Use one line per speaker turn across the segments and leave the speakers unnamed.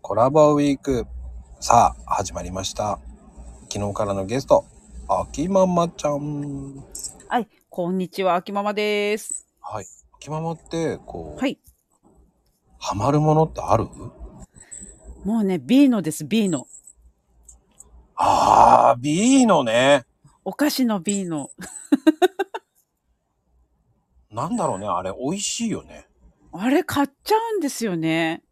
コラボウィーク。さあ、始まりました。昨日からのゲスト、秋ママちゃん。
はい、こんにちは、秋ママです。
はい。秋ママって、こう、
はい、
ハマるものってある
もうね、B のです、B の。
あー、B のね。
お菓子の B の。
なんだろうね、あれ、美味しいよね。
あれ、買っちゃうんですよね。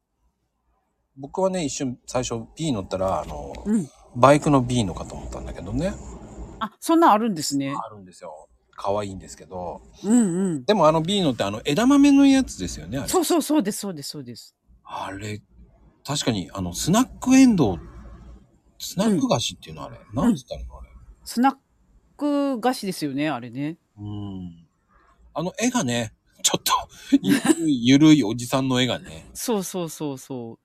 僕はね、一瞬、最初 B 乗ったら、あの、
うん。
バイクの B のかと思ったんだけどね。
あ、そんなんあるんですね。
あるんですよ。可愛いんですけど。
うんうん。
でもあの B のってあの枝豆のやつですよね、あれ。
そうそうそうです、そうです、そうです。
あれ、確かに、あの、スナックエンドウ、スナック菓子っていうのあれ、なんつったのあれ。
スナック菓子ですよね、あれね。
うん。あの絵がね、ちょっと ゆるい、ゆるいおじさんの絵がね。
そうそうそうそう。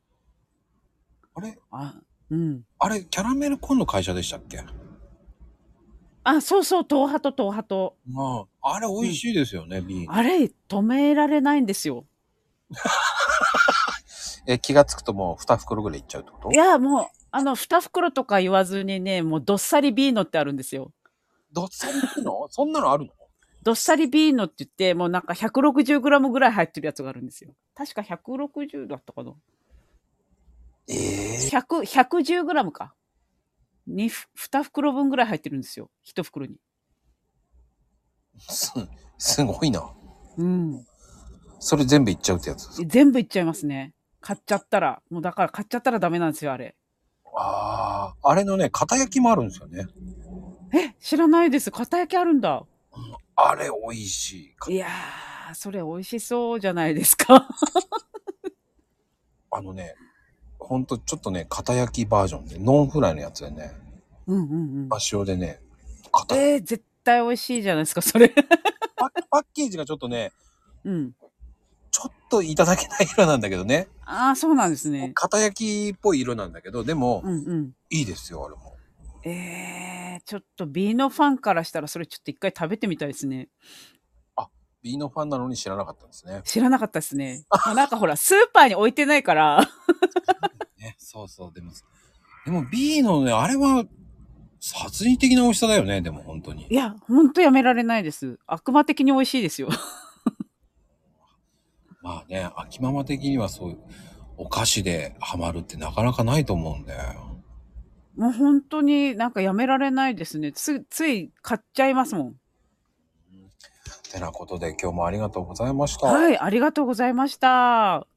あれ
あ、うん。
あれ、キャラメルコーンの会社でしたっけ
あ、そうそう、東ハと東ハと。
まあ、あれ美味しいですよね、ビール。
あれ、止められないんですよ。
え、気がつくともう2袋ぐらいいっちゃうってこと
いや、もう、あの、二袋とか言わずにね、もうどっさり B のってあるんですよ。
どっさりいくのそんなのあるの
どっさりビーノって言って、もうなんか 160g ぐらい入ってるやつがあるんですよ。確か160だったかな。
ええ
100、110g か。2、2袋分ぐらい入ってるんですよ。1袋に。
す、すごいな。
うん。
それ全部いっちゃうってやつですか
全部いっちゃいますね。買っちゃったら。もうだから買っちゃったらダメなんですよ、あれ。
ああ、あれのね、肩焼きもあるんですよね。
え、知らないです。片焼きあるんだ。
あれ美味しい。
いやー、それ美味しそうじゃないですか。
あのね、ほんとちょっとね、肩焼きバージョンで、ノンフライのやつでね、
うんうんうん。
塩でね、肩
えー、絶対美味しいじゃないですか、それ。
パッパッケージがちょっとね、
うん。
ちょっといただけない色なんだけどね、
あー、そうなんですね。
肩焼きっぽい色なんだけど、でも、
うんうん。
いいですよ、あれも。
えー、ちょっと B のファンからしたらそれちょっと一回食べてみたいですね。
B のファンなのに知らなかったんですね。
知らなかったですね。まあなんかほら、スーパーに置いてないから。
ね、そうそう、でも、でも B のね、あれは、殺人的な美味しさだよね、でも本当に
い。や、ほんとやめられないです。悪魔的に美味しい ですよ。
まあね、秋ママ的にはそういう、お菓子でハマるってなかなかないと思うんだよ。
もう本当になんかやめられないですね。つ、つい買っちゃいますもん。
てなことで今日もありがとうございました。
はい、ありがとうございました。